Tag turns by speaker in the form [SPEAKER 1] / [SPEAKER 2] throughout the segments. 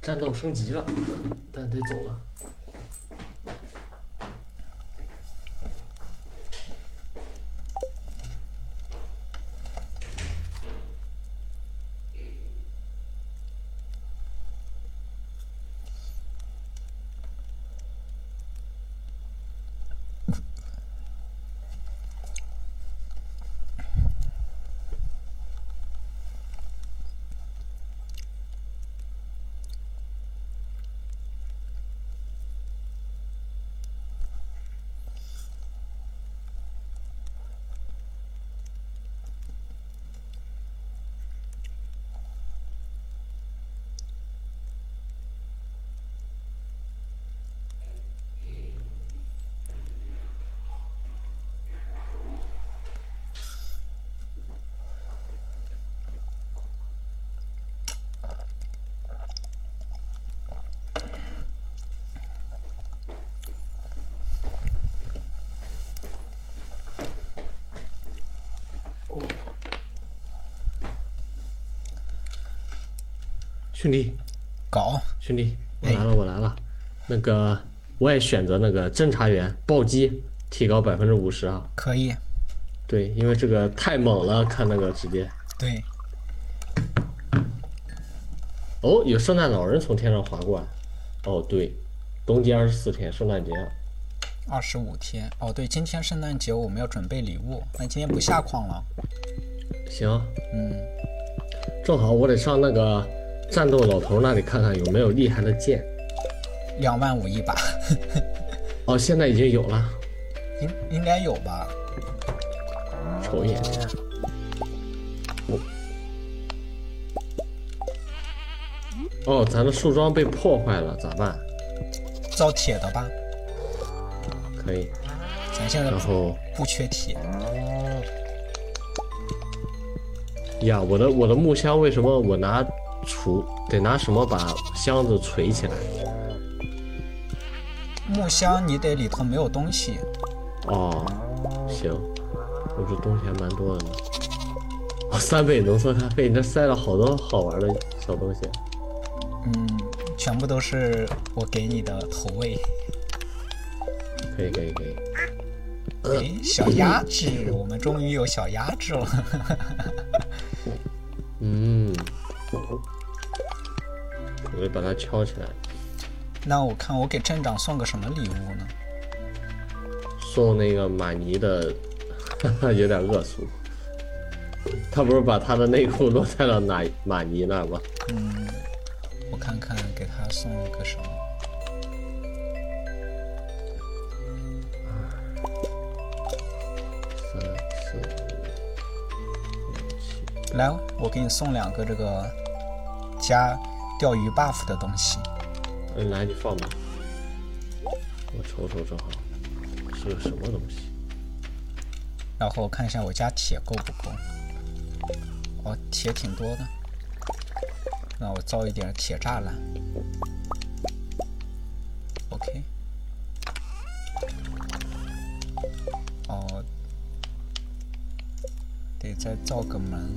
[SPEAKER 1] 战斗升级了，但得走了。兄弟，
[SPEAKER 2] 搞
[SPEAKER 1] 兄弟，我来了，我来了。那个，我也选择那个侦查员暴击，提高百分之五十啊。
[SPEAKER 2] 可以，
[SPEAKER 1] 对，因为这个太猛了，看那个直接。
[SPEAKER 2] 对，
[SPEAKER 1] 哦，有圣诞老人从天上划过来。哦，对，冬季二十四天，圣诞节啊。
[SPEAKER 2] 二十五天。哦，对，今天圣诞节我们要准备礼物，那今天不下矿了。
[SPEAKER 1] 行，
[SPEAKER 2] 嗯，
[SPEAKER 1] 正好我得上那个战斗老头那里看看有没有厉害的剑。
[SPEAKER 2] 两万五一把，
[SPEAKER 1] 哦，现在已经有了，
[SPEAKER 2] 应应该有吧？
[SPEAKER 1] 瞅一眼。哦，哦，咱的树桩被破坏了，咋办？
[SPEAKER 2] 造铁的吧，
[SPEAKER 1] 可以，
[SPEAKER 2] 咱现在
[SPEAKER 1] 然
[SPEAKER 2] 不
[SPEAKER 1] 后
[SPEAKER 2] 不缺铁。
[SPEAKER 1] 呀，我的我的木箱为什么我拿锄得拿什么把箱子锤起来？
[SPEAKER 2] 木箱你得里头没有东西，
[SPEAKER 1] 哦，行，我这东西还蛮多的呢。哦，三倍浓缩咖啡，你这塞了好多好玩的小东西。
[SPEAKER 2] 嗯，全部都是我给你的投喂。
[SPEAKER 1] 可以可以可以，
[SPEAKER 2] 哎，小鸭子，我们终于有小鸭子了。
[SPEAKER 1] 嗯，我得把它敲起来，
[SPEAKER 2] 那我看我给镇长送个什么礼物呢？
[SPEAKER 1] 送那个马尼的， 哈哈，有点恶俗。他不是把他的内裤落在了马马尼那儿吗？
[SPEAKER 2] 嗯，我看看给他送个什么。
[SPEAKER 1] 三四
[SPEAKER 2] 来，我给你送两个这个加钓鱼 buff 的东西。
[SPEAKER 1] 嗯，来，你放吧。我瞅瞅，正好是个什么东西？
[SPEAKER 2] 然后我看一下我家铁够不够。哦，铁挺多的。那我造一点铁栅栏。OK。哦，得再造个门。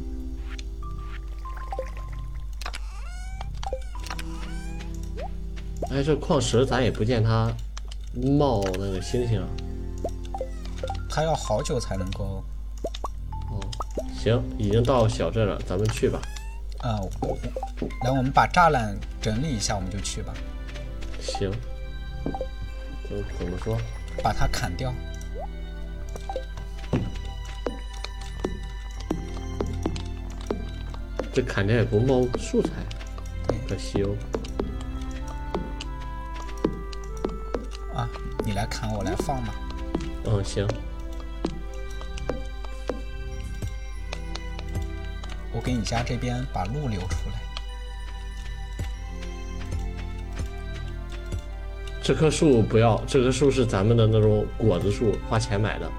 [SPEAKER 1] 哎，这矿石咱也不见它冒那个星星啊。
[SPEAKER 2] 它要好久才能够。
[SPEAKER 1] 哦，行，已经到小镇了，咱们去吧。
[SPEAKER 2] 呃，我来，我们把栅栏整理一下，我们就去吧，
[SPEAKER 1] 行。嗯，怎么说？
[SPEAKER 2] 把它砍掉。
[SPEAKER 1] 这砍掉也不冒素材，
[SPEAKER 2] 对
[SPEAKER 1] 可惜哦。
[SPEAKER 2] 啊，你来砍，我来放吧。
[SPEAKER 1] 嗯，行。
[SPEAKER 2] 我给你家这边把路留出来。
[SPEAKER 1] 这棵树不要，这棵树是咱们的那种果子树，花钱买的，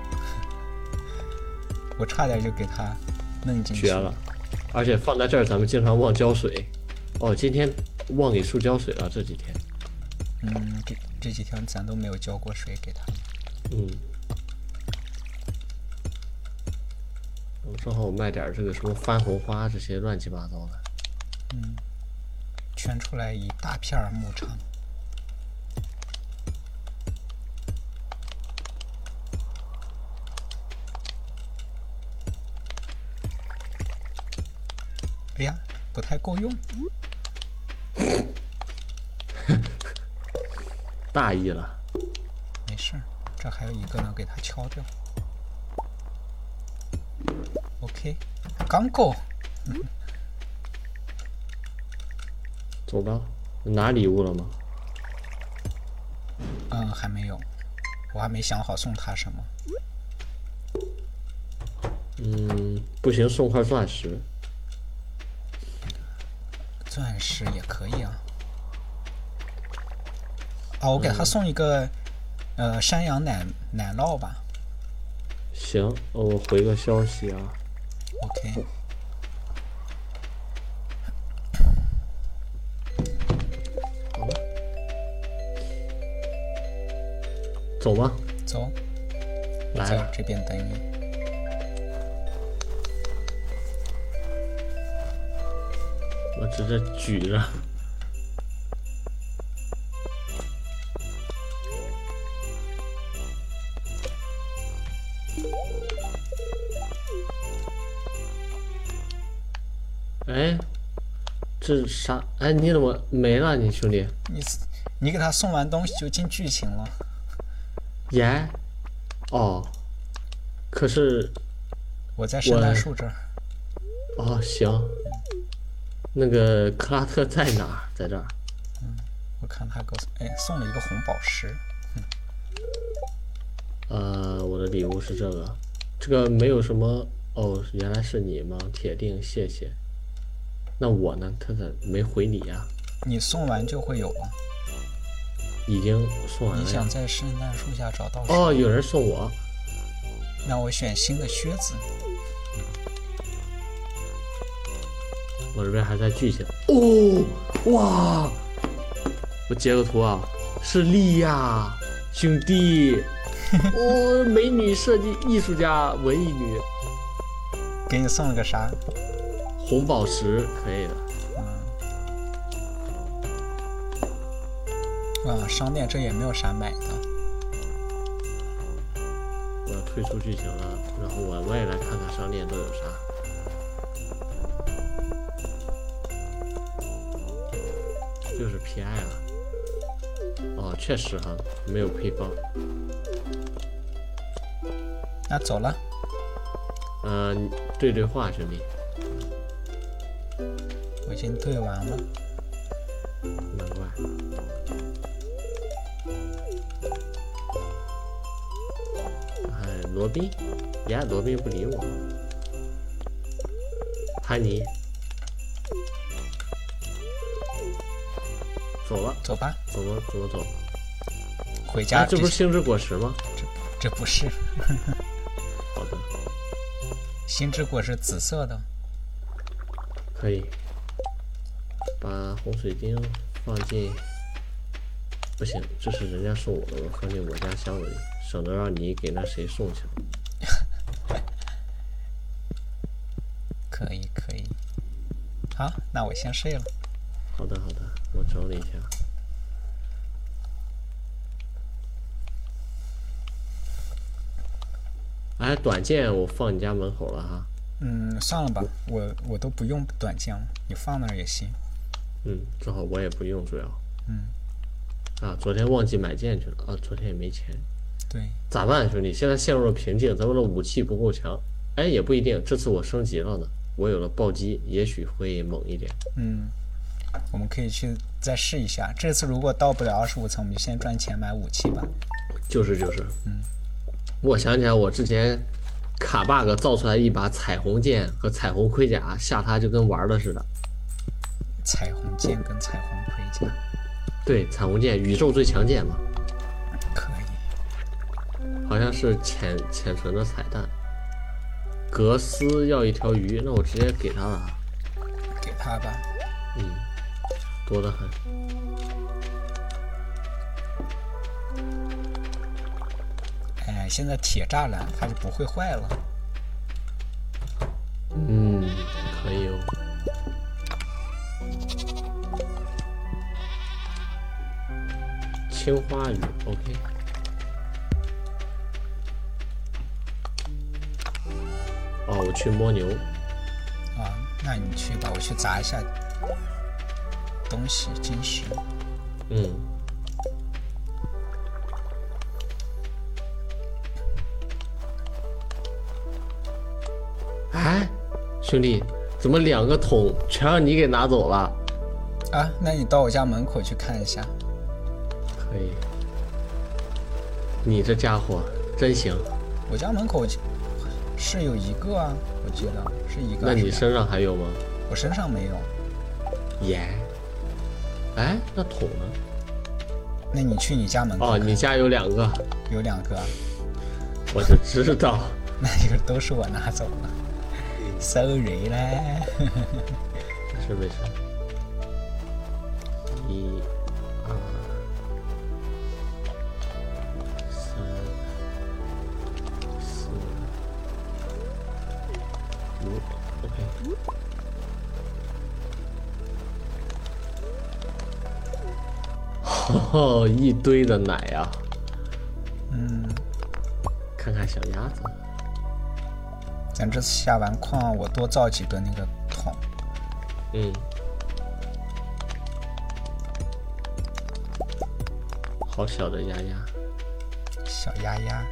[SPEAKER 2] 我差点就给它弄进去
[SPEAKER 1] 绝了。而且放在这儿，咱们经常忘浇水。哦，今天忘给树浇水了，这几天。
[SPEAKER 2] 嗯，这这几天咱都没有浇过水给它。
[SPEAKER 1] 嗯，我正好我卖点儿这个什么番红花这些乱七八糟的。
[SPEAKER 2] 嗯，圈出来一大片儿牧场。哎呀，不太够用。
[SPEAKER 1] 大意了。
[SPEAKER 2] 没事儿，这还有一个呢，给它敲掉。OK，刚够。
[SPEAKER 1] 走吧，拿礼物了吗？
[SPEAKER 2] 嗯，还没有，我还没想好送他什么。
[SPEAKER 1] 嗯，不行，送块钻石。
[SPEAKER 2] 钻石也可以啊。啊，我给他送一个，呃，山羊奶奶酪吧。
[SPEAKER 1] 行，哦我回个消息啊。
[SPEAKER 2] OK，
[SPEAKER 1] 走吧，
[SPEAKER 2] 走，我
[SPEAKER 1] 来
[SPEAKER 2] 在
[SPEAKER 1] 了。
[SPEAKER 2] 这边等你。
[SPEAKER 1] 我只是举着。哎，这啥？哎，你怎么没了你兄弟？
[SPEAKER 2] 你你给他送完东西就进剧情了。
[SPEAKER 1] 耶？哦，可是
[SPEAKER 2] 我在圣诞树这儿，
[SPEAKER 1] 哦行，那个克拉特在哪儿？在这儿。
[SPEAKER 2] 我看他给我送，哎，送了一个红宝石。
[SPEAKER 1] 呃，我的礼物是这个，这个没有什么哦，原来是你吗？铁定，谢谢。那我呢？他咋没回你呀、
[SPEAKER 2] 你送完就会有了。
[SPEAKER 1] 已经送完
[SPEAKER 2] 你
[SPEAKER 1] 了
[SPEAKER 2] 想
[SPEAKER 1] 呀。
[SPEAKER 2] 在圣诞树下找到谁？
[SPEAKER 1] 哦，有人送我，
[SPEAKER 2] 那我选新的靴子。
[SPEAKER 1] 我这边还在巨蟹。哦，哇！我截个图啊，是莉亚兄 弟，哦，美女设计艺术家，文艺女，
[SPEAKER 2] 给你送了个啥？
[SPEAKER 1] 红宝石，可以的。
[SPEAKER 2] 啊，商店这也没有啥买的。
[SPEAKER 1] 我要退出剧情了，然后我我也来看看商店都有啥。就是 PI 了。哦，确实哈，没有配方。
[SPEAKER 2] 那走了，
[SPEAKER 1] 嗯、你对对话，兄弟。
[SPEAKER 2] 我已经对完了。
[SPEAKER 1] 难怪。哎，罗宾，呀，罗宾不理我。潘妮，走了，
[SPEAKER 2] 走吧，
[SPEAKER 1] 怎么怎么走？
[SPEAKER 2] 回家
[SPEAKER 1] 哎，
[SPEAKER 2] 之
[SPEAKER 1] 这
[SPEAKER 2] 前。
[SPEAKER 1] 不是星之果实吗？
[SPEAKER 2] 这不是，
[SPEAKER 1] 好的，
[SPEAKER 2] 星之果是紫色的。
[SPEAKER 1] 可以。把红水晶放进，不行，这是人家送我的，我放进我家箱子里，省得让你给那谁送去了。
[SPEAKER 2] 可以可以。好，那我先睡了。
[SPEAKER 1] 好的，好的，我整理一下。哎，短剑我放你家门口了哈。
[SPEAKER 2] 嗯，算了吧，我我都不用短剑了，你放那儿也行。
[SPEAKER 1] 嗯，正好我也不用，主要。
[SPEAKER 2] 嗯，
[SPEAKER 1] 啊，昨天忘记买剑去了啊，昨天也没钱，
[SPEAKER 2] 对，
[SPEAKER 1] 咋办，兄弟？现在陷入了瓶颈，咱们的武器不够强。哎，也不一定，这次我升级了呢，我有了暴击，也许会猛一点。
[SPEAKER 2] 嗯，我们可以去再试一下。这次如果到不了二十五层，我们就先赚钱买武器吧。
[SPEAKER 1] 就是就是，我想起来我之前卡 bug 造出来一把彩虹剑和彩虹盔甲，下它就跟玩儿的似的。
[SPEAKER 2] 彩虹剑跟彩虹盔甲，
[SPEAKER 1] 对，彩虹剑，宇宙最强剑嘛，
[SPEAKER 2] 可以。
[SPEAKER 1] 好像是浅浅存的彩蛋。格斯要一条鱼，那我直接给他了啊，
[SPEAKER 2] 给他吧。
[SPEAKER 1] 多得很。
[SPEAKER 2] 哎，现在铁栅栏它就不会坏了。
[SPEAKER 1] 嗯，可以哦。青花鱼，OK。哦，我去摸牛，
[SPEAKER 2] 啊，那你去吧，我去砸一下东西，金石。
[SPEAKER 1] 嗯，哎，兄弟，怎么两个桶全让你给拿走了？
[SPEAKER 2] 啊，那你到我家门口去看一下。
[SPEAKER 1] 可以，你这家伙真行。
[SPEAKER 2] 我家门口是有一个啊，我记得是一个
[SPEAKER 1] 那
[SPEAKER 2] 还是两个。
[SPEAKER 1] 你身上还有吗？
[SPEAKER 2] 我身上没有，
[SPEAKER 1] 耶。哎，那桶呢？
[SPEAKER 2] 那你去你家门口
[SPEAKER 1] 哦，
[SPEAKER 2] 看
[SPEAKER 1] 你家有两个，
[SPEAKER 2] 有两个啊，
[SPEAKER 1] 我就知道。
[SPEAKER 2] 那就都是我拿走了。Sorry 嘞，
[SPEAKER 1] 没事没事。一、二、三、四、五，OK。哦，一堆的奶啊！
[SPEAKER 2] 嗯，
[SPEAKER 1] 看看小鸭子，
[SPEAKER 2] 咱这次下完矿，我多造几个那个桶。
[SPEAKER 1] 嗯，好小的鸭鸭。
[SPEAKER 2] 小丫丫。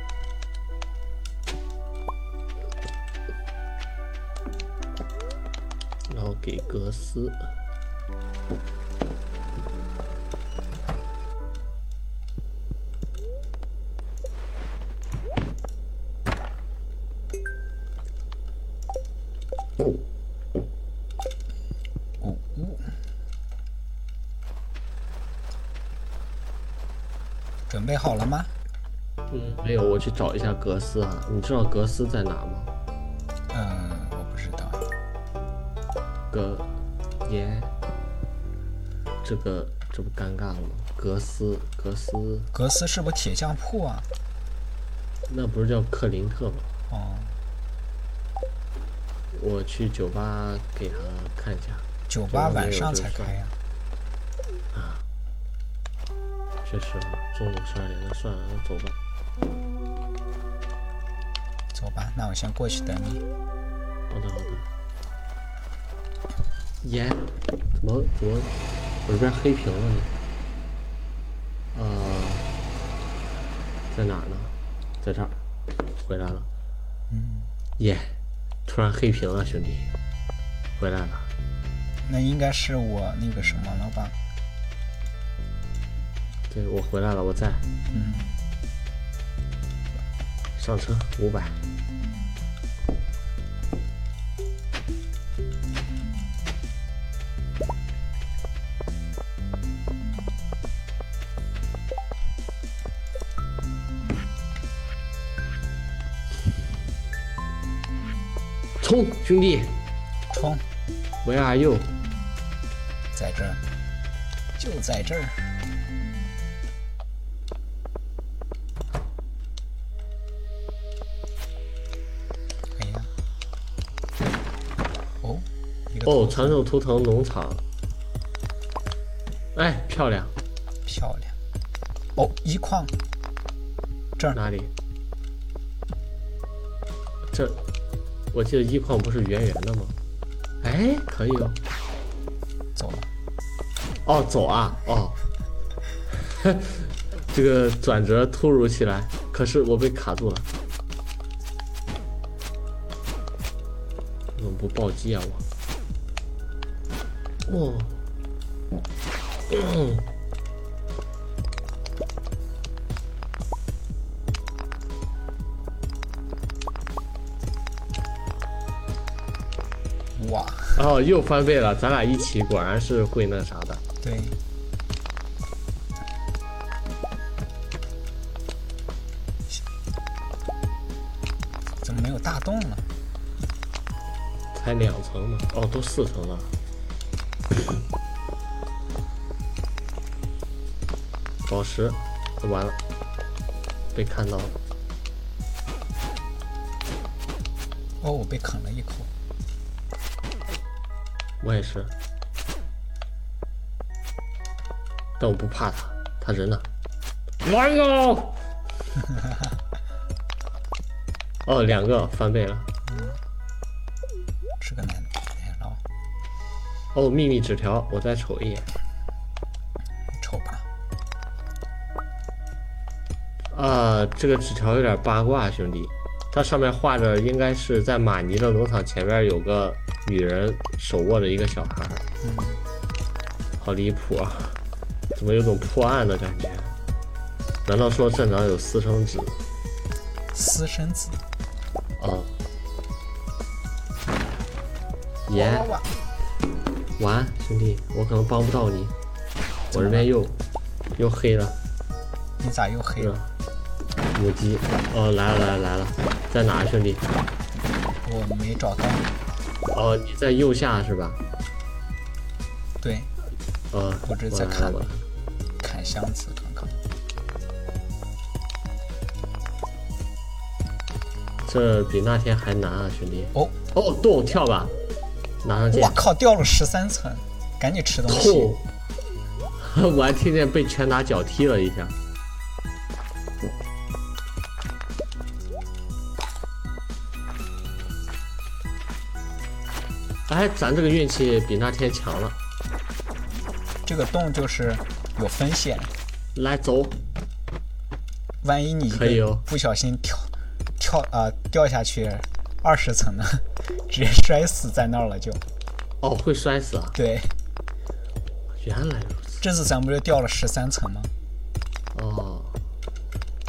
[SPEAKER 1] 然后给格斯。
[SPEAKER 2] 哦哦。准备好了吗？
[SPEAKER 1] 嗯，没有，我去找一下格斯啊。你知道格斯在哪吗？
[SPEAKER 2] 嗯，我不知道。
[SPEAKER 1] 格耶，这个这不尴尬了吗？格斯，格斯，
[SPEAKER 2] 格斯是不是铁匠铺啊？
[SPEAKER 1] 那不是叫克林特吗？
[SPEAKER 2] 哦，
[SPEAKER 1] 我去酒吧给他看一下，
[SPEAKER 2] 酒吧
[SPEAKER 1] 对
[SPEAKER 2] 晚
[SPEAKER 1] 嗯没有
[SPEAKER 2] 上
[SPEAKER 1] 就
[SPEAKER 2] 才
[SPEAKER 1] 是
[SPEAKER 2] 开啊呀、
[SPEAKER 1] 确实啊，中午十二点，那算了，那走吧。
[SPEAKER 2] 走吧，那我先过去等你。
[SPEAKER 1] 好的好的。耶，怎么怎么我这边黑屏了呢？呃，在哪儿呢？在这儿，回来了。耶，突然黑屏了，兄弟，回来了。
[SPEAKER 2] 那应该是我那个什么了吧？
[SPEAKER 1] 对，我回来了，我在。
[SPEAKER 2] 嗯，
[SPEAKER 1] 上车，五百。冲，兄弟
[SPEAKER 2] 冲，
[SPEAKER 1] ，Where are you？
[SPEAKER 2] 在这儿，就在这儿。哎呀，哦，一个
[SPEAKER 1] 哦，
[SPEAKER 2] 头
[SPEAKER 1] 传授图腾农场。哎，漂亮，
[SPEAKER 2] 漂亮。哦，一矿，这儿
[SPEAKER 1] 哪里？这，我记得一矿不是圆圆的吗？哎，可以哦。
[SPEAKER 2] 走了。
[SPEAKER 1] 哦，走啊，哦， 这个转折突如其来，可是我被卡住了。怎么不暴击啊我？哦，
[SPEAKER 2] 哇，
[SPEAKER 1] 哦，又翻倍了，咱俩一起果然是会那啥的。
[SPEAKER 2] 对，怎么没有大洞了？
[SPEAKER 1] 才两层呢，哦，都四层了。宝石，完了，被看到了。
[SPEAKER 2] 哦，我被啃了一口。
[SPEAKER 1] 我也是，但我不怕他，他人呢？玩哦！ 哦，两个翻倍了。
[SPEAKER 2] 这个哎难难捞，
[SPEAKER 1] 哦，秘密纸条，我再瞅一眼。
[SPEAKER 2] 瞅吧，
[SPEAKER 1] 啊、这个纸条有点八卦，兄弟。它上面画着应该是在马尼的农场前面有个女人手握着一个小孩儿，好离谱啊！怎么有种破案的感觉？难道说镇长有私生子？
[SPEAKER 2] 私生子，
[SPEAKER 1] 啊、
[SPEAKER 2] 哇
[SPEAKER 1] 耶
[SPEAKER 2] 哇，哇，
[SPEAKER 1] 晚安，兄弟，我可能帮不到你，我这边又又黑了。
[SPEAKER 2] 你咋又黑
[SPEAKER 1] 是
[SPEAKER 2] 了？
[SPEAKER 1] 母鸡，哦，来了来了来了，在哪儿，兄弟？嗯
[SPEAKER 2] 我没找到，
[SPEAKER 1] 哦，你在右下是吧？
[SPEAKER 2] 对，
[SPEAKER 1] 呃，
[SPEAKER 2] 我这
[SPEAKER 1] 我
[SPEAKER 2] 在
[SPEAKER 1] 来
[SPEAKER 2] 看
[SPEAKER 1] 了我来了
[SPEAKER 2] 砍箱子刚刚，
[SPEAKER 1] 这比那天还难啊，兄弟。
[SPEAKER 2] 哦，
[SPEAKER 1] 哦，动跳吧，拿上剑
[SPEAKER 2] 我。靠，掉了十三层，赶紧吃东西，
[SPEAKER 1] 痛！ 我还听见被拳打脚踢了一下。哎，咱这个运气比那天强了。
[SPEAKER 2] 这个洞就是有风险，
[SPEAKER 1] 来，走，
[SPEAKER 2] 万一你一个
[SPEAKER 1] 可以哦
[SPEAKER 2] 不小心跳跳啊、掉下去二十层呢， 直接摔死在那儿了就。
[SPEAKER 1] 哦，会摔死啊！
[SPEAKER 2] 对，
[SPEAKER 1] 原来如此。
[SPEAKER 2] 这次咱不就掉了十三层吗？
[SPEAKER 1] 哦，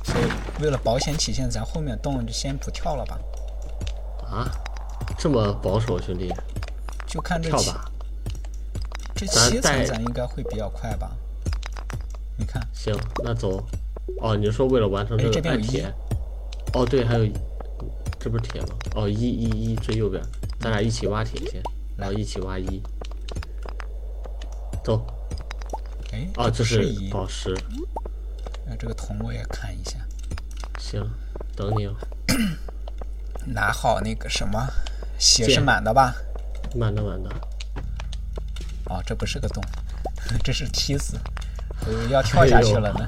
[SPEAKER 2] 所以为了保险起见，咱后面洞就先不跳了吧，
[SPEAKER 1] 啊，这么保守，兄弟，
[SPEAKER 2] 就看这
[SPEAKER 1] 跳
[SPEAKER 2] 七
[SPEAKER 1] 吧。
[SPEAKER 2] 这
[SPEAKER 1] 咱
[SPEAKER 2] 七
[SPEAKER 1] 呃带
[SPEAKER 2] 层咱应该会比较快吧？你看，
[SPEAKER 1] 行，那走。哦，你说为了完成
[SPEAKER 2] 哎
[SPEAKER 1] 这个
[SPEAKER 2] 这边有
[SPEAKER 1] 按铁？哦，对，还有一，这不是铁吗？哦，一一一最右边，咱俩一起挖铁先，然后一起挖一。走，
[SPEAKER 2] 哎，
[SPEAKER 1] 哦，这
[SPEAKER 2] 是
[SPEAKER 1] 是
[SPEAKER 2] 一，
[SPEAKER 1] 宝石，
[SPEAKER 2] 那这个铜我也看一下，
[SPEAKER 1] 行，等你哦，
[SPEAKER 2] 拿好那个什么，血
[SPEAKER 1] 剑
[SPEAKER 2] 是满的吧？
[SPEAKER 1] 慢的慢的。
[SPEAKER 2] 哦，这不是个洞， 这是梯子，我以为要跳下去了呢。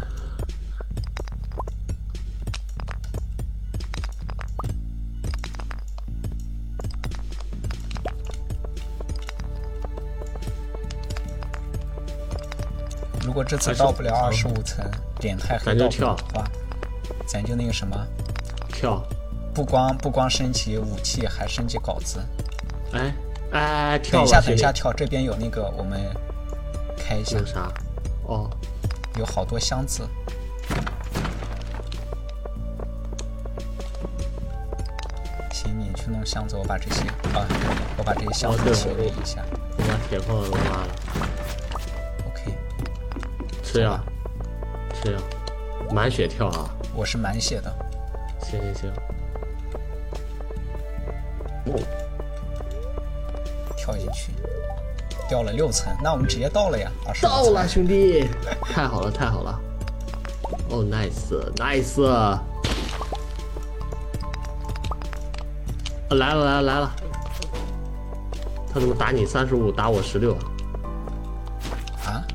[SPEAKER 2] 如果这次到不了二十五层，脸太黑
[SPEAKER 1] 咱就
[SPEAKER 2] 到不了
[SPEAKER 1] 跳
[SPEAKER 2] 的话，咱就那个什么，
[SPEAKER 1] 跳，
[SPEAKER 2] 不光不光升级武器，还升级稿子。
[SPEAKER 1] 哎哎，
[SPEAKER 2] 等
[SPEAKER 1] 跳
[SPEAKER 2] 一下，
[SPEAKER 1] 吧，兄
[SPEAKER 2] 等一
[SPEAKER 1] 弟
[SPEAKER 2] 下，。跳这边有那个，我们开一下
[SPEAKER 1] 有。啥？哦，
[SPEAKER 2] 有好多箱子。行，你去弄箱子，我把这些啊，我把这些箱
[SPEAKER 1] 哦
[SPEAKER 2] 子
[SPEAKER 1] 对
[SPEAKER 2] 清理
[SPEAKER 1] 我
[SPEAKER 2] 一下。
[SPEAKER 1] 我把铁矿都挖了，
[SPEAKER 2] OK，
[SPEAKER 1] 吃药，吃药，满血跳啊！
[SPEAKER 2] 我是满血的，
[SPEAKER 1] 行行行，
[SPEAKER 2] 哦跳进去，掉了六层，那我们直接到了呀，二十
[SPEAKER 1] 到了，兄弟，太好了，太好了。哦、n i c e nice。啊哦来了来了来了，他怎么打你三十五，打我十六？
[SPEAKER 2] 啊！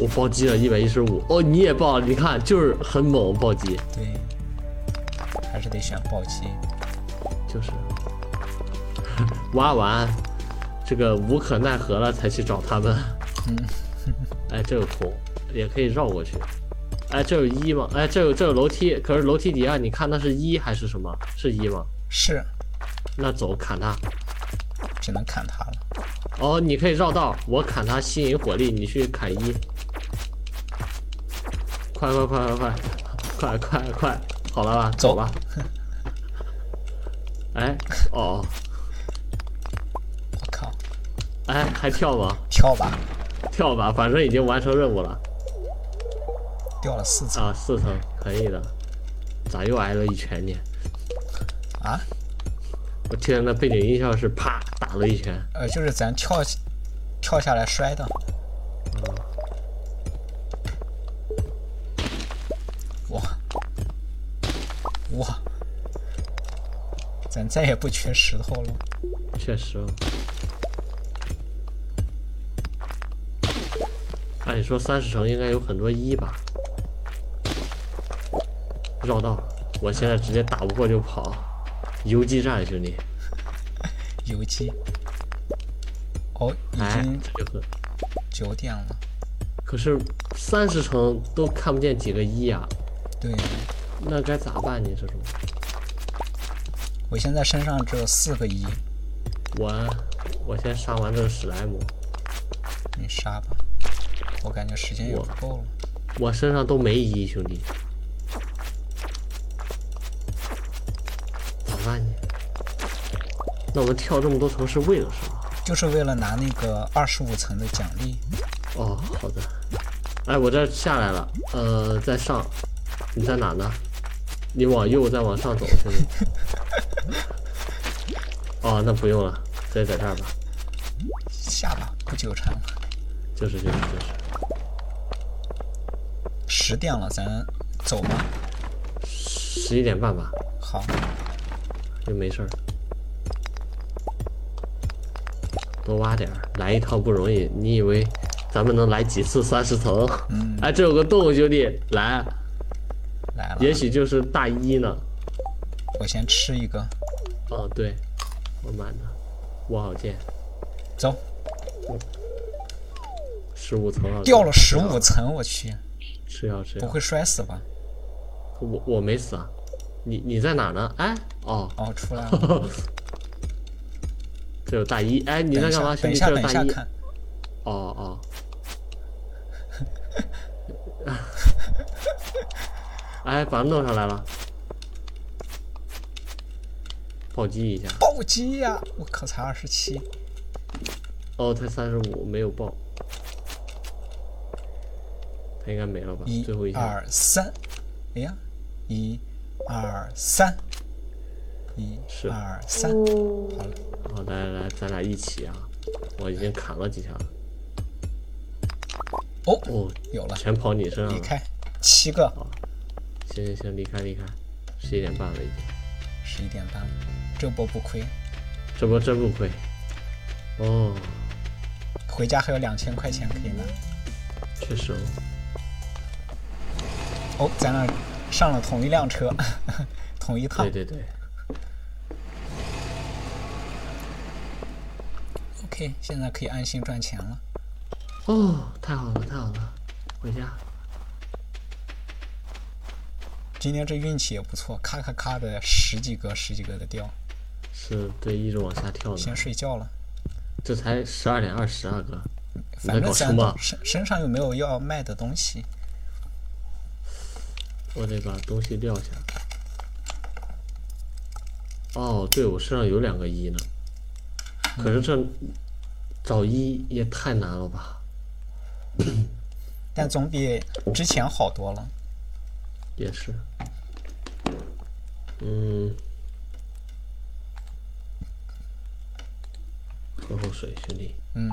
[SPEAKER 1] 我暴击了一百一十五。哦，你也暴，你看就是很猛暴击，
[SPEAKER 2] 对，还是得选暴击。
[SPEAKER 1] 就是。挖完，这个无可奈何了才去找他们。哎，这有空，也可以绕过去。哎，这有一吗？哎，这有这有楼梯，可是楼梯底下你看那是一还是什么？是一吗？
[SPEAKER 2] 是，
[SPEAKER 1] 那走砍他。
[SPEAKER 2] 只能砍他了。
[SPEAKER 1] 哦，你可以绕道，我砍他吸引火力，你去砍一。快快快快快快快快，好了吧，
[SPEAKER 2] 走
[SPEAKER 1] 走吧。哎，哦，
[SPEAKER 2] 我靠，
[SPEAKER 1] 哎，还跳吗？
[SPEAKER 2] 跳吧，
[SPEAKER 1] 跳吧，反正已经完成任务了
[SPEAKER 2] 掉了四层
[SPEAKER 1] 啊，四层可以的。咋又挨了一拳呢？
[SPEAKER 2] 啊！
[SPEAKER 1] 我听见那背景音效是啪打了一拳。
[SPEAKER 2] 呃，就是咱跳跳下来摔的。哇哇！咱再也不缺石头了。
[SPEAKER 1] 确实哦。按理说三十层应该有很多一吧？绕道，我现在直接打不过就跑，游击战兄弟，
[SPEAKER 2] 游击。哦，已
[SPEAKER 1] 哎
[SPEAKER 2] 经，
[SPEAKER 1] 这就很。
[SPEAKER 2] 九点了。
[SPEAKER 1] 可是三十层都看不见几个一呀、
[SPEAKER 2] 对，
[SPEAKER 1] 那该咋办呢？这种，
[SPEAKER 2] 我现在身上只有四个一，
[SPEAKER 1] 我我先杀完这个史莱姆，
[SPEAKER 2] 你杀吧。我感觉时间也
[SPEAKER 1] 我
[SPEAKER 2] 不够了。
[SPEAKER 1] 我身上都没一，兄弟，咋办呢？那我们跳这么多层是为了什么？
[SPEAKER 2] 就是为了拿那个二十五层的奖励。
[SPEAKER 1] 哦，好的。哎，我这下来了，呃，再上，你在哪呢？你往右，再往上走，兄弟。哦，那不用了，直接在这儿吧。
[SPEAKER 2] 下吧，不纠缠了。
[SPEAKER 1] 就是就是就是，
[SPEAKER 2] 十点了，咱走吧。
[SPEAKER 1] 十一点半吧，
[SPEAKER 2] 好，
[SPEAKER 1] 就没事儿。多挖点儿，来一趟不容易。你以为咱们能来几次三十层？
[SPEAKER 2] 嗯，啊
[SPEAKER 1] 哎，这有个洞，兄弟，来，
[SPEAKER 2] 来了。
[SPEAKER 1] 也许就是大一呢。
[SPEAKER 2] 我先吃一个，
[SPEAKER 1] 哦，对，我满了，我好剑。
[SPEAKER 2] 走，
[SPEAKER 1] 十五层啊，
[SPEAKER 2] 掉了十五层，我去，
[SPEAKER 1] 吃药吃
[SPEAKER 2] 不
[SPEAKER 1] 药。
[SPEAKER 2] 会摔死吧？
[SPEAKER 1] 我我没死啊，你你在哪呢？哎， 哦，
[SPEAKER 2] 哦，出来 了。
[SPEAKER 1] 这有大一。哎，你
[SPEAKER 2] 等
[SPEAKER 1] 在
[SPEAKER 2] 一
[SPEAKER 1] 干嘛，
[SPEAKER 2] 下，
[SPEAKER 1] 兄弟？这有
[SPEAKER 2] 等一下，等一
[SPEAKER 1] 大
[SPEAKER 2] 下
[SPEAKER 1] 一。
[SPEAKER 2] 看。
[SPEAKER 1] 哦哦。 哎，把它弄上来了，暴击一下。
[SPEAKER 2] 暴击呀！我靠，才二十七。
[SPEAKER 1] 哦，才三十五，没有爆。他应该没了吧？
[SPEAKER 2] 一
[SPEAKER 1] 最后一下。
[SPEAKER 2] 二三，哎呀，一二三，一
[SPEAKER 1] 是
[SPEAKER 2] 二三，好了，
[SPEAKER 1] 好，哦来来来，咱俩一起啊！我已经砍了几下了。
[SPEAKER 2] 哦，
[SPEAKER 1] 哦，
[SPEAKER 2] 有了，
[SPEAKER 1] 全跑你身上
[SPEAKER 2] 离
[SPEAKER 1] 了。
[SPEAKER 2] 开，七个，
[SPEAKER 1] 行行行，离开离开，十一点半了已经，
[SPEAKER 2] 十一点半了，这波不亏，
[SPEAKER 1] 这波真不亏。哦，
[SPEAKER 2] 回家还有两千块钱可以拿。
[SPEAKER 1] 确实哦，
[SPEAKER 2] 哦，咱俩上了同一辆车， 同一趟
[SPEAKER 1] 对。对对，
[SPEAKER 2] OK，现在可以安心赚钱了。
[SPEAKER 1] 哦，太好了太好了，回家。
[SPEAKER 2] 今天这运气也不错，咔咔咔的十几个、十几个的掉。
[SPEAKER 1] 是对，一直往下跳呢
[SPEAKER 2] 先。睡觉了，
[SPEAKER 1] 这才十二点二十啊，哥，你在
[SPEAKER 2] 嗯反
[SPEAKER 1] 搞
[SPEAKER 2] 正
[SPEAKER 1] 什
[SPEAKER 2] 咱
[SPEAKER 1] 么？
[SPEAKER 2] 身身上又没有要卖的东西。
[SPEAKER 1] 我得把东西撂下。哦，对，我身上有两个一呢，可是这找一也太难了吧？
[SPEAKER 2] 但总比之前好多了。
[SPEAKER 1] 也是。嗯，喝口水，兄弟。
[SPEAKER 2] 嗯，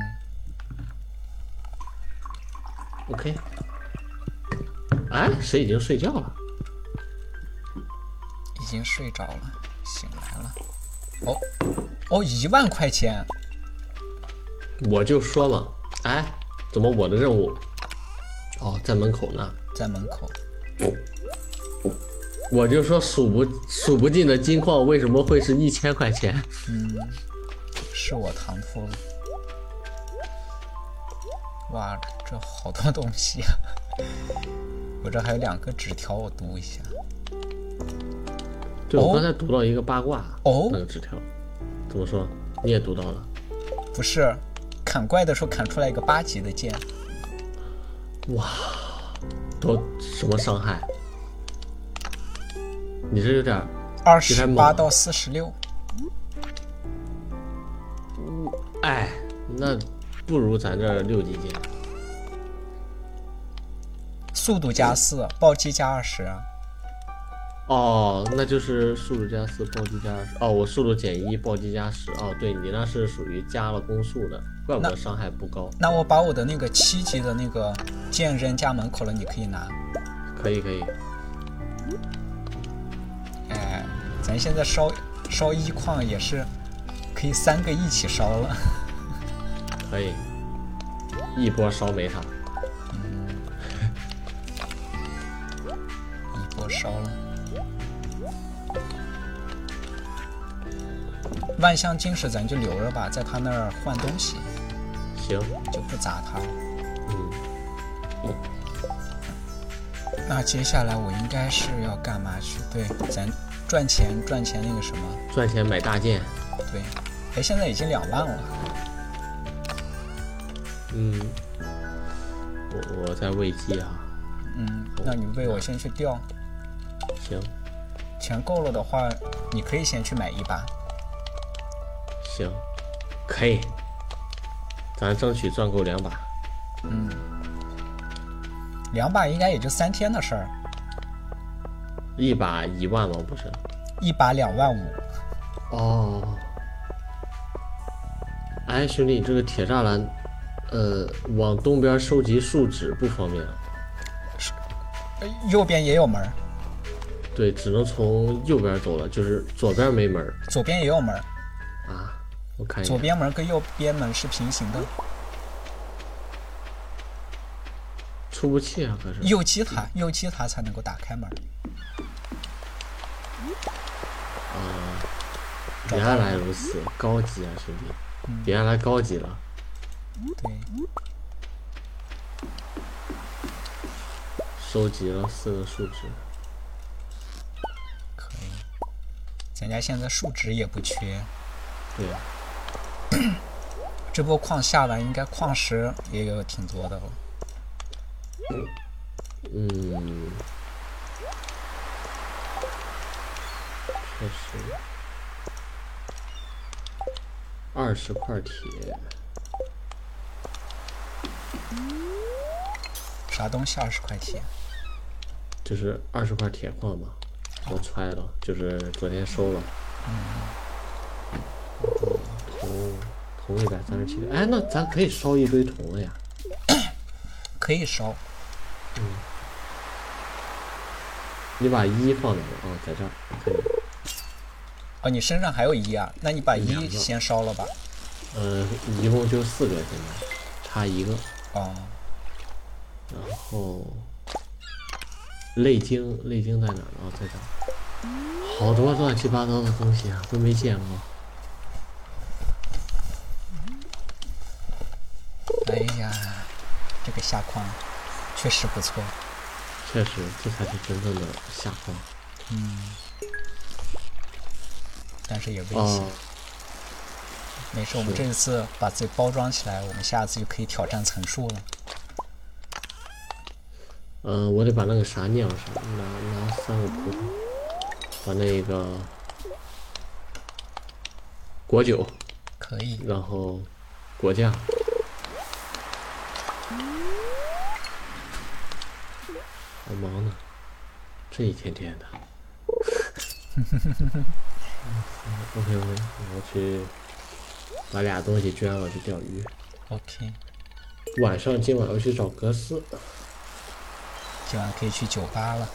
[SPEAKER 1] OK。哎，谁已经睡觉了？
[SPEAKER 2] 已经睡着了，醒来了。哦，哦，一万块钱，
[SPEAKER 1] 我就说嘛，哎，怎么我的任务？哦，在门口呢。
[SPEAKER 2] 在门口。
[SPEAKER 1] 我就说数不数不尽的金矿为什么会是一千块钱？
[SPEAKER 2] 嗯，是我唐突了。哇，这好多东西啊！ 我这还有两个纸条，我读一下。
[SPEAKER 1] 对，我
[SPEAKER 2] 哦
[SPEAKER 1] 刚才读到一个八卦
[SPEAKER 2] 哦
[SPEAKER 1] 那个纸条，怎么说？你也读到了？
[SPEAKER 2] 不是，砍怪的时候砍出来一个八级的剑，
[SPEAKER 1] 多什么伤害？你这有点儿
[SPEAKER 2] 二
[SPEAKER 1] 你
[SPEAKER 2] 十
[SPEAKER 1] 还猛
[SPEAKER 2] 八
[SPEAKER 1] 啊
[SPEAKER 2] 到四十六，
[SPEAKER 1] 哎，那不如咱这儿六级剑。
[SPEAKER 2] 速度加四，暴击加二十。啊
[SPEAKER 1] 哦，那就是速度加四，暴击加二十。哦，我速度减一，暴击加十。哦，对你那是属于加了攻速的，怪不得伤害不高。
[SPEAKER 2] 那我把我的那个七级的那个剑扔家门口了，你可以拿。
[SPEAKER 1] 可以可以，
[SPEAKER 2] 哎，咱现在烧烧一矿也是可以三个一起烧了。
[SPEAKER 1] 可以，一波烧没啥。
[SPEAKER 2] 火烧了。万象晶石咱就留着吧，在他那儿换东西
[SPEAKER 1] 行，
[SPEAKER 2] 就不砸他了。
[SPEAKER 1] 嗯，
[SPEAKER 2] 那接下来我应该是要干嘛去？对，咱赚钱赚钱那个什么？
[SPEAKER 1] 赚钱买大件，
[SPEAKER 2] 对，哎，现在已经两万了。
[SPEAKER 1] 嗯，我我在喂鸡啊，
[SPEAKER 2] 嗯，那你喂我先去钓，
[SPEAKER 1] 行
[SPEAKER 2] 钱够了的话，你可以先去买一把。
[SPEAKER 1] 行，可以，咱争取赚够两把，
[SPEAKER 2] 嗯，两把应该也就三天的事儿，
[SPEAKER 1] 一把一万吗？不是，
[SPEAKER 2] 一把两万五。
[SPEAKER 1] 哦，哎，兄弟，这个铁栅栏，呃，往东边收集树脂不方便啊，哎
[SPEAKER 2] 呃右边也有门儿，
[SPEAKER 1] 对，只能从右边走了，就是左边没门儿
[SPEAKER 2] 左边也有
[SPEAKER 1] 哎
[SPEAKER 2] 门儿，
[SPEAKER 1] 啊。我看一
[SPEAKER 2] 左
[SPEAKER 1] 眼，
[SPEAKER 2] 边门跟右边门是平行
[SPEAKER 1] 哎
[SPEAKER 2] 的。
[SPEAKER 1] 出不去啊，可是
[SPEAKER 2] 右击塔，右击塔才能够打开门儿。
[SPEAKER 1] 原来如此，高级啊，兄弟，
[SPEAKER 2] 嗯
[SPEAKER 1] 原来高级了。
[SPEAKER 2] 对，
[SPEAKER 1] 收集了四个树脂，
[SPEAKER 2] 可以。咱家现在数值也不缺，
[SPEAKER 1] 对，
[SPEAKER 2] 这波矿下完，应该矿石也有挺多的了。
[SPEAKER 1] 嗯，确实，二十块铁，
[SPEAKER 2] 啥东西二十块钱？
[SPEAKER 1] 就是二十块铁矿嘛，我揣了，就是昨天收了。然后铜铜一百三十七个，哎，那咱可以烧一堆铜了呀。
[SPEAKER 2] 可以烧。
[SPEAKER 1] 你把一放哪儿？哦，在这儿，可以。
[SPEAKER 2] 哦，你身上还有一啊？那你把
[SPEAKER 1] 两
[SPEAKER 2] 一
[SPEAKER 1] 个
[SPEAKER 2] 先烧了吧。
[SPEAKER 1] 呃，一共就四个，现在差一个。
[SPEAKER 2] 哦，
[SPEAKER 1] 然后泪晶，泪晶在哪儿？哦，在这儿。好多乱七八糟的东西啊，都没见过。
[SPEAKER 2] 哎呀，这个下矿确实不错。
[SPEAKER 1] 确实，这才是真正的下矿。
[SPEAKER 2] 但是也危险。
[SPEAKER 1] 哦，
[SPEAKER 2] 没事，我们这一次把自己包装起来，我们下次就可以挑战层数了。
[SPEAKER 1] 呃，我得把那个啥酿上，拿拿三个葡萄，把那个果酒，
[SPEAKER 2] 可以，
[SPEAKER 1] 然后果酱，好忙呢，这一天天的。OK OK，我去把俩东西捐了去钓鱼。
[SPEAKER 2] OK，
[SPEAKER 1] 晚上今晚要去找格斯。
[SPEAKER 2] 今晚可以去酒吧了。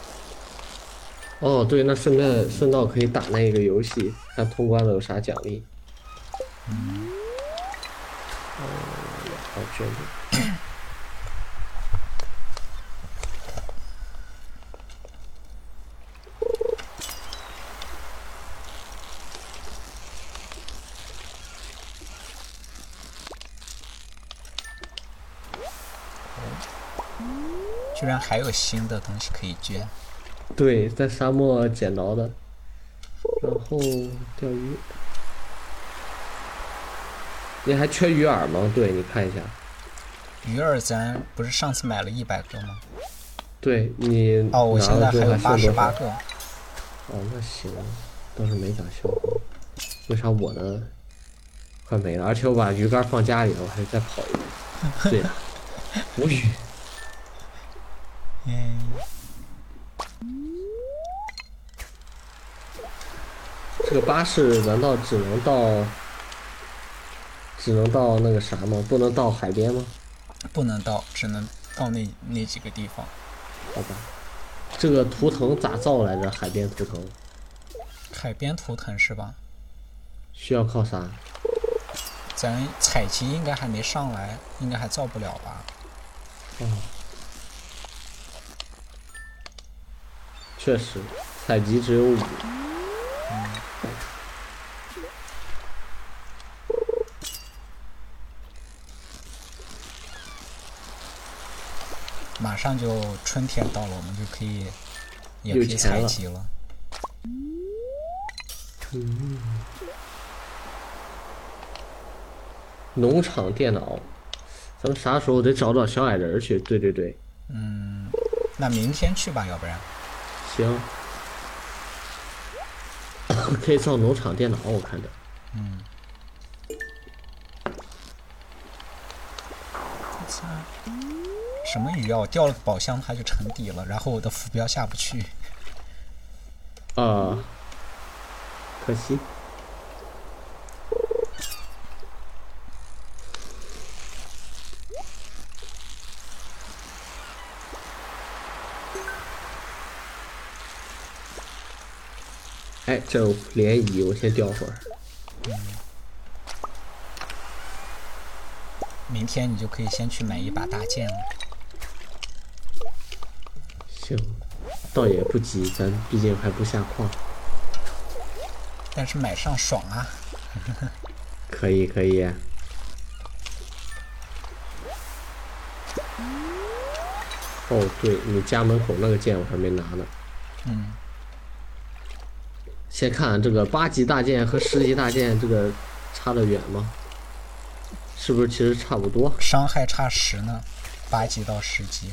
[SPEAKER 1] 哦，对，那顺便顺道可以打那个游戏，看通关了有啥奖励。嗯。哦，好捐助。
[SPEAKER 2] 居然还有新的东西可以捐，
[SPEAKER 1] 对，
[SPEAKER 2] 嗯
[SPEAKER 1] 在沙漠捡着的，
[SPEAKER 2] 哦
[SPEAKER 1] 然后钓鱼。你还缺鱼饵吗？对，你看一下。
[SPEAKER 2] 鱼饵咱不是上次买了一百个吗？
[SPEAKER 1] 对你
[SPEAKER 2] 哦，我
[SPEAKER 1] 拿
[SPEAKER 2] 现
[SPEAKER 1] 了
[SPEAKER 2] 在
[SPEAKER 1] 之
[SPEAKER 2] 还
[SPEAKER 1] 后啊还
[SPEAKER 2] 有八
[SPEAKER 1] 剩
[SPEAKER 2] 十
[SPEAKER 1] 多
[SPEAKER 2] 八
[SPEAKER 1] 少？
[SPEAKER 2] 个，
[SPEAKER 1] 哦，那行，倒是没咋消耗。为啥我的快没了？而且我把鱼竿放家里了，我还得再跑一遍。 对呀，无语。
[SPEAKER 2] 嗯，
[SPEAKER 1] 这个巴士难道只能到只能到那个啥吗？不能到海边吗？
[SPEAKER 2] 不能到，只能到那那几个地方。
[SPEAKER 1] 好吧，这个图腾咋造来着？海边图腾
[SPEAKER 2] 海边图腾是吧？
[SPEAKER 1] 需要靠啥？
[SPEAKER 2] 咱采集应该还没上来，应该还造不了吧？
[SPEAKER 1] 确实，采集只有五。
[SPEAKER 2] 马上就春天到了，我们就可以也可
[SPEAKER 1] 有
[SPEAKER 2] 以
[SPEAKER 1] 钱
[SPEAKER 2] 采
[SPEAKER 1] 了
[SPEAKER 2] 集了。
[SPEAKER 1] 农场电脑，咱们啥时候得找找小矮人儿去？对对对，
[SPEAKER 2] 那明天去吧，要不然
[SPEAKER 1] 行。 可以造农场电脑，我看着。
[SPEAKER 2] 什么鱼啊？我掉了宝箱，它就沉底了，然后我的浮标下不去。
[SPEAKER 1] 啊、可惜。哎，这有涟漪，我先钓会儿。
[SPEAKER 2] 明天你就可以先去买一把大剑了。
[SPEAKER 1] 行，倒也不急，咱毕竟还不下矿。
[SPEAKER 2] 但是买上爽啊！
[SPEAKER 1] 可以，可以。哦，对你家门口那个剑我还没拿呢。
[SPEAKER 2] 嗯，
[SPEAKER 1] 先看这个八级大剑和十级大剑这个差得远吗？是不是其实差不多？
[SPEAKER 2] 伤害差十呢，八级到十级。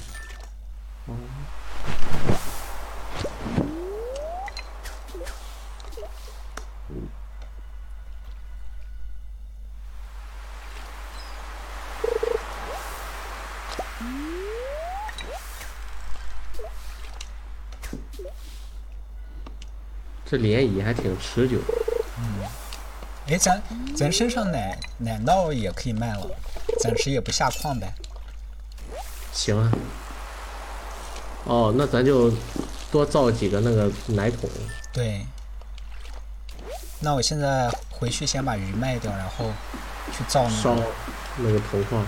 [SPEAKER 1] 这涟漪还挺持久。
[SPEAKER 2] 哎，咱咱身上奶奶酪也可以卖了，暂时也不下矿呗。
[SPEAKER 1] 行啊。哦，那咱就多造几个那个奶桶。
[SPEAKER 2] 对。那我现在回去先把鱼卖掉，然后去造那
[SPEAKER 1] 烧
[SPEAKER 2] 个
[SPEAKER 1] 那个铜矿。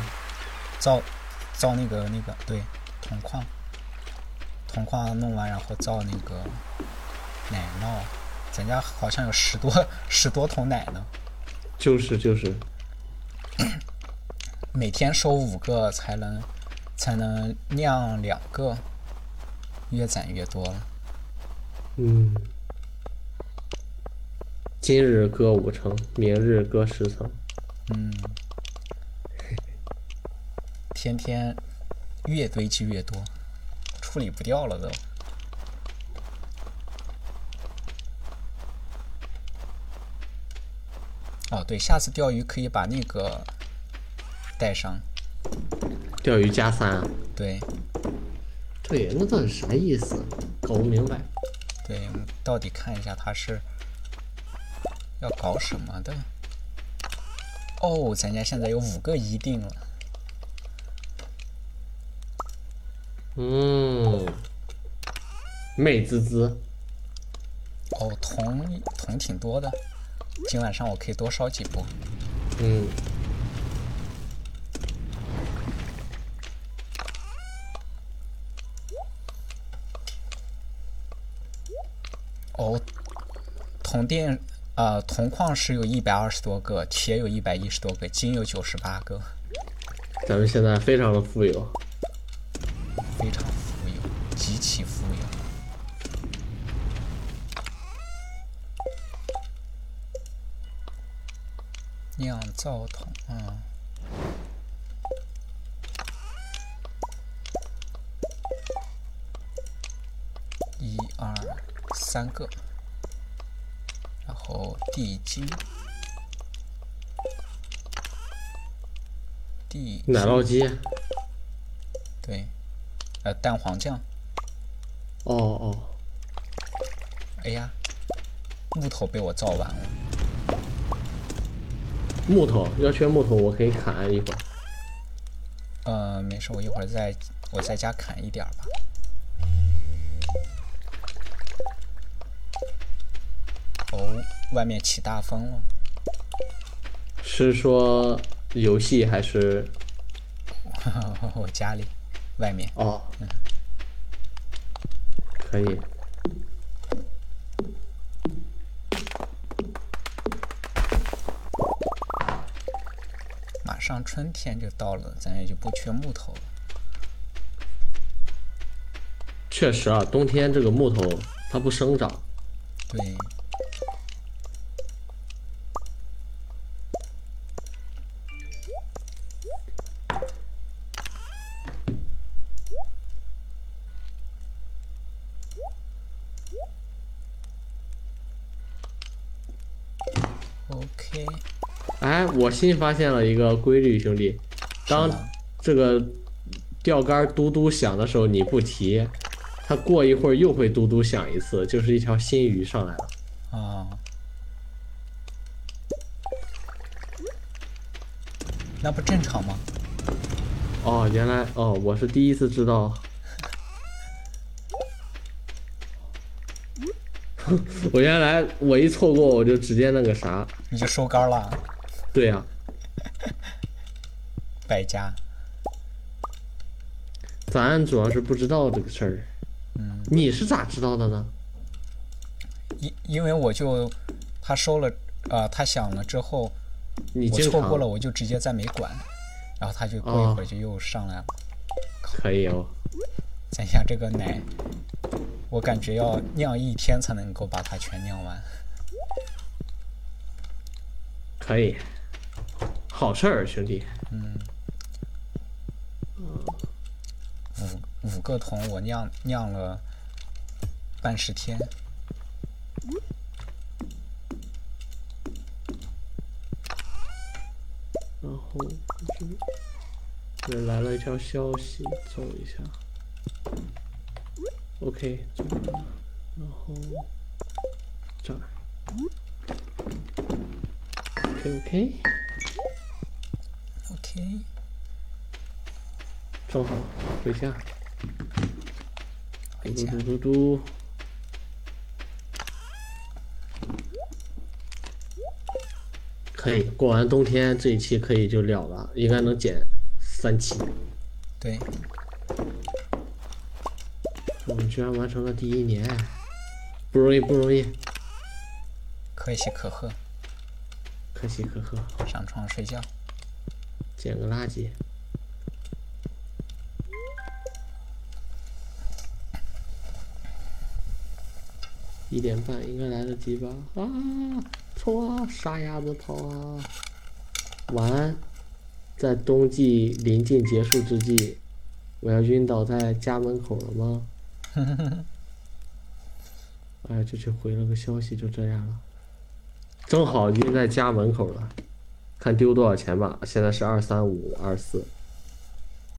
[SPEAKER 2] 造造那个那个对铜矿，铜矿弄完然后造那个奶酪。咱家好像有十多 十多桶奶呢，
[SPEAKER 1] 就是就是，
[SPEAKER 2] 每天收五个才能才能酿两个，越攒越多了。
[SPEAKER 1] 嗯。今日割五层，明日割十层。
[SPEAKER 2] 嗯，天天越堆积越多，处理不掉了都。哦，对，下次钓鱼可以把那个带上。
[SPEAKER 1] 钓鱼加三啊？
[SPEAKER 2] 对，
[SPEAKER 1] 对，那到底啥意思？搞不明白。
[SPEAKER 2] 对，我们到底看一下他是要搞什么的。哦，咱家现在有五个一定了。
[SPEAKER 1] 嗯，美滋滋，
[SPEAKER 2] 哦，铜铜挺多的，今晚上我可以多烧几波。
[SPEAKER 1] 嗯，
[SPEAKER 2] 哦，铜电呃铜矿石有一百二十多个，铁有一百一十多个，金有九十八个，
[SPEAKER 1] 咱们现在非常的富有，
[SPEAKER 2] 非常富有，极其富有。酿造桶，嗯，一二三个，然后地基，地
[SPEAKER 1] 奶酪鸡，
[SPEAKER 2] 对，呃，蛋黄酱。
[SPEAKER 1] 哦哦，
[SPEAKER 2] 哎呀，木头被我造完了。
[SPEAKER 1] 木头要缺木头，我可以砍一会儿。
[SPEAKER 2] 呃，没事，我一会儿再我在家砍一点儿吧。哦，外面起大风了。
[SPEAKER 1] 是说游戏还是
[SPEAKER 2] 我家里，外面
[SPEAKER 1] 哦？可以，
[SPEAKER 2] 马上春天就到了，咱也就不缺木头了。
[SPEAKER 1] 确实啊，冬天这个木头它不生长，
[SPEAKER 2] 对，OK，
[SPEAKER 1] 哎，我新发现了一个规律，兄弟，当
[SPEAKER 2] 是吗
[SPEAKER 1] 这个钓竿嘟嘟响的时候你不提，它过一会儿又会嘟嘟响一次，就是一条新鱼上来了。
[SPEAKER 2] 啊，那不正常吗？
[SPEAKER 1] 哦，原来哦，我是第一次知道。 我原来我一错过我就直接那个啥，
[SPEAKER 2] 你就收竿了，
[SPEAKER 1] 对呀、啊，
[SPEAKER 2] 败家。
[SPEAKER 1] 咱主要是不知道这个事儿。
[SPEAKER 2] 嗯，
[SPEAKER 1] 你是咋知道的呢？
[SPEAKER 2] 因因为我就他收了，呃，他响了之后，
[SPEAKER 1] 你
[SPEAKER 2] 我
[SPEAKER 1] 经
[SPEAKER 2] 错
[SPEAKER 1] 常
[SPEAKER 2] 过了，我就直接再没管，然后他就过一会儿就又上来了。
[SPEAKER 1] 可以哦。
[SPEAKER 2] 咱家这个奶，我感觉要酿一天才能够把它全酿完。
[SPEAKER 1] 可以，好事儿，兄弟。
[SPEAKER 2] 五五个桶，我酿酿了半十天。
[SPEAKER 1] 然后就是这来了一条消息，走一下。OK，这个，然后这儿。OK OK，
[SPEAKER 2] OK，
[SPEAKER 1] 正好回家。
[SPEAKER 2] 回
[SPEAKER 1] 嘟
[SPEAKER 2] 家
[SPEAKER 1] 嘟嘟嘟嘟。可以，过完冬天这一期可以就了了，应该能减三期。
[SPEAKER 2] 对，
[SPEAKER 1] 我们居然完成了第一年，不容易，不容易，
[SPEAKER 2] 可喜可贺，
[SPEAKER 1] 可喜可贺，
[SPEAKER 2] 上床睡觉。
[SPEAKER 1] 捡个垃圾。一点半应该来得及吧？啊，冲啊，傻丫子跑啊！晚安，在冬季临近结束之际，我要晕倒在家门口了吗？ 哎，这就回了个消息，就这样了。正好晕在家门口了，看丢多少钱吧。现在是二三五二四，